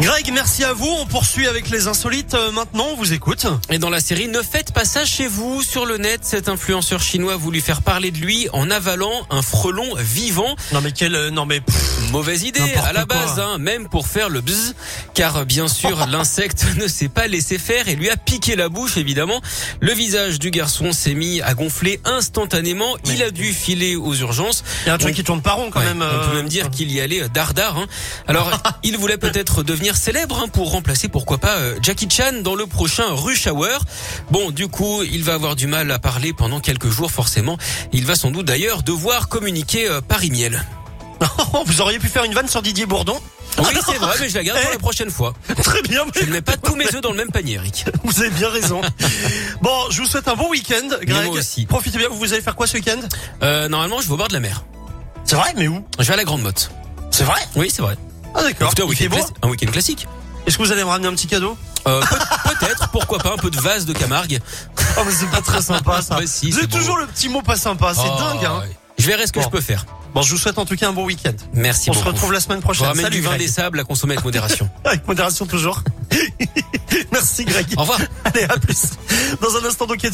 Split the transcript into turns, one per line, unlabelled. Greg, merci à vous. On poursuit avec les insolites. Euh, Maintenant, on vous écoute.
Et dans la série Ne faites pas ça chez vous. Sur le net, cet influenceur chinois a voulu faire parler de lui en avalant un frelon vivant.
Non mais quel, euh, non mais pff,
Mauvaise idée
N'importe
à la
quoi.
base, hein, même pour faire le bzz, car euh, bien sûr l'insecte ne s'est pas laissé faire et lui a piqué la bouche évidemment. Le visage du garçon s'est mis à gonfler instantanément. Il a dû filer aux urgences.
il y a un truc
On-
qui tourne pas rond quand
Ouais,
même.
On peut
euh,
même dire qu'il y allait euh, dardard. hein. Alors, il voulait peut-être devenir célèbre hein, pour remplacer, pourquoi pas, euh, Jackie Chan dans le prochain Rush Hour. Bon, du coup, il va avoir du mal à parler pendant quelques jours, forcément. Il va sans doute d'ailleurs devoir communiquer euh, par email.
Oh, vous auriez pu faire une vanne sur Didier Bourdon.
Oui, c'est vrai, mais je la garde
Eh.
pour la prochaine fois.
Très bien, mais
Je ne mets pas tous mes œufs dans le même panier, Eric.
vous avez bien raison. bon, je vous souhaite un bon week-end, Greg.
moi aussi.
Profitez bien. Vous allez faire quoi ce week-end
Euh, normalement, je vais au bord de la mer.
C'est vrai, mais où
Je vais à la Grande Motte.
C'est vrai.
Oui, c'est vrai.
Ah d'accord.
Écoutez, un
Il fait
week-end,
beau.
classi- un week-end classique.
Est-ce que vous allez me ramener un petit cadeau
Euh, peut- peut-être, pourquoi pas, un peu de vase de Camargue.
Oh, mais c'est pas très sympa ça.
Bah si,
vous
c'est
avez
beau.
toujours le petit mot pas sympa. C'est
Oh,
dingue. Hein.
ouais. Je verrai ce que
Bon.
je peux faire.
Bon, je vous souhaite en tout cas un bon week-end.
Merci
On se
beaucoup.
retrouve la semaine
Je vous
prochaine.
ramène
Salut
du vin
Greg.
des sables à consommer avec modération.
Avec modération toujours. Merci Greg.
Au revoir.
Allez, à plus. Dans un instant d'enquête.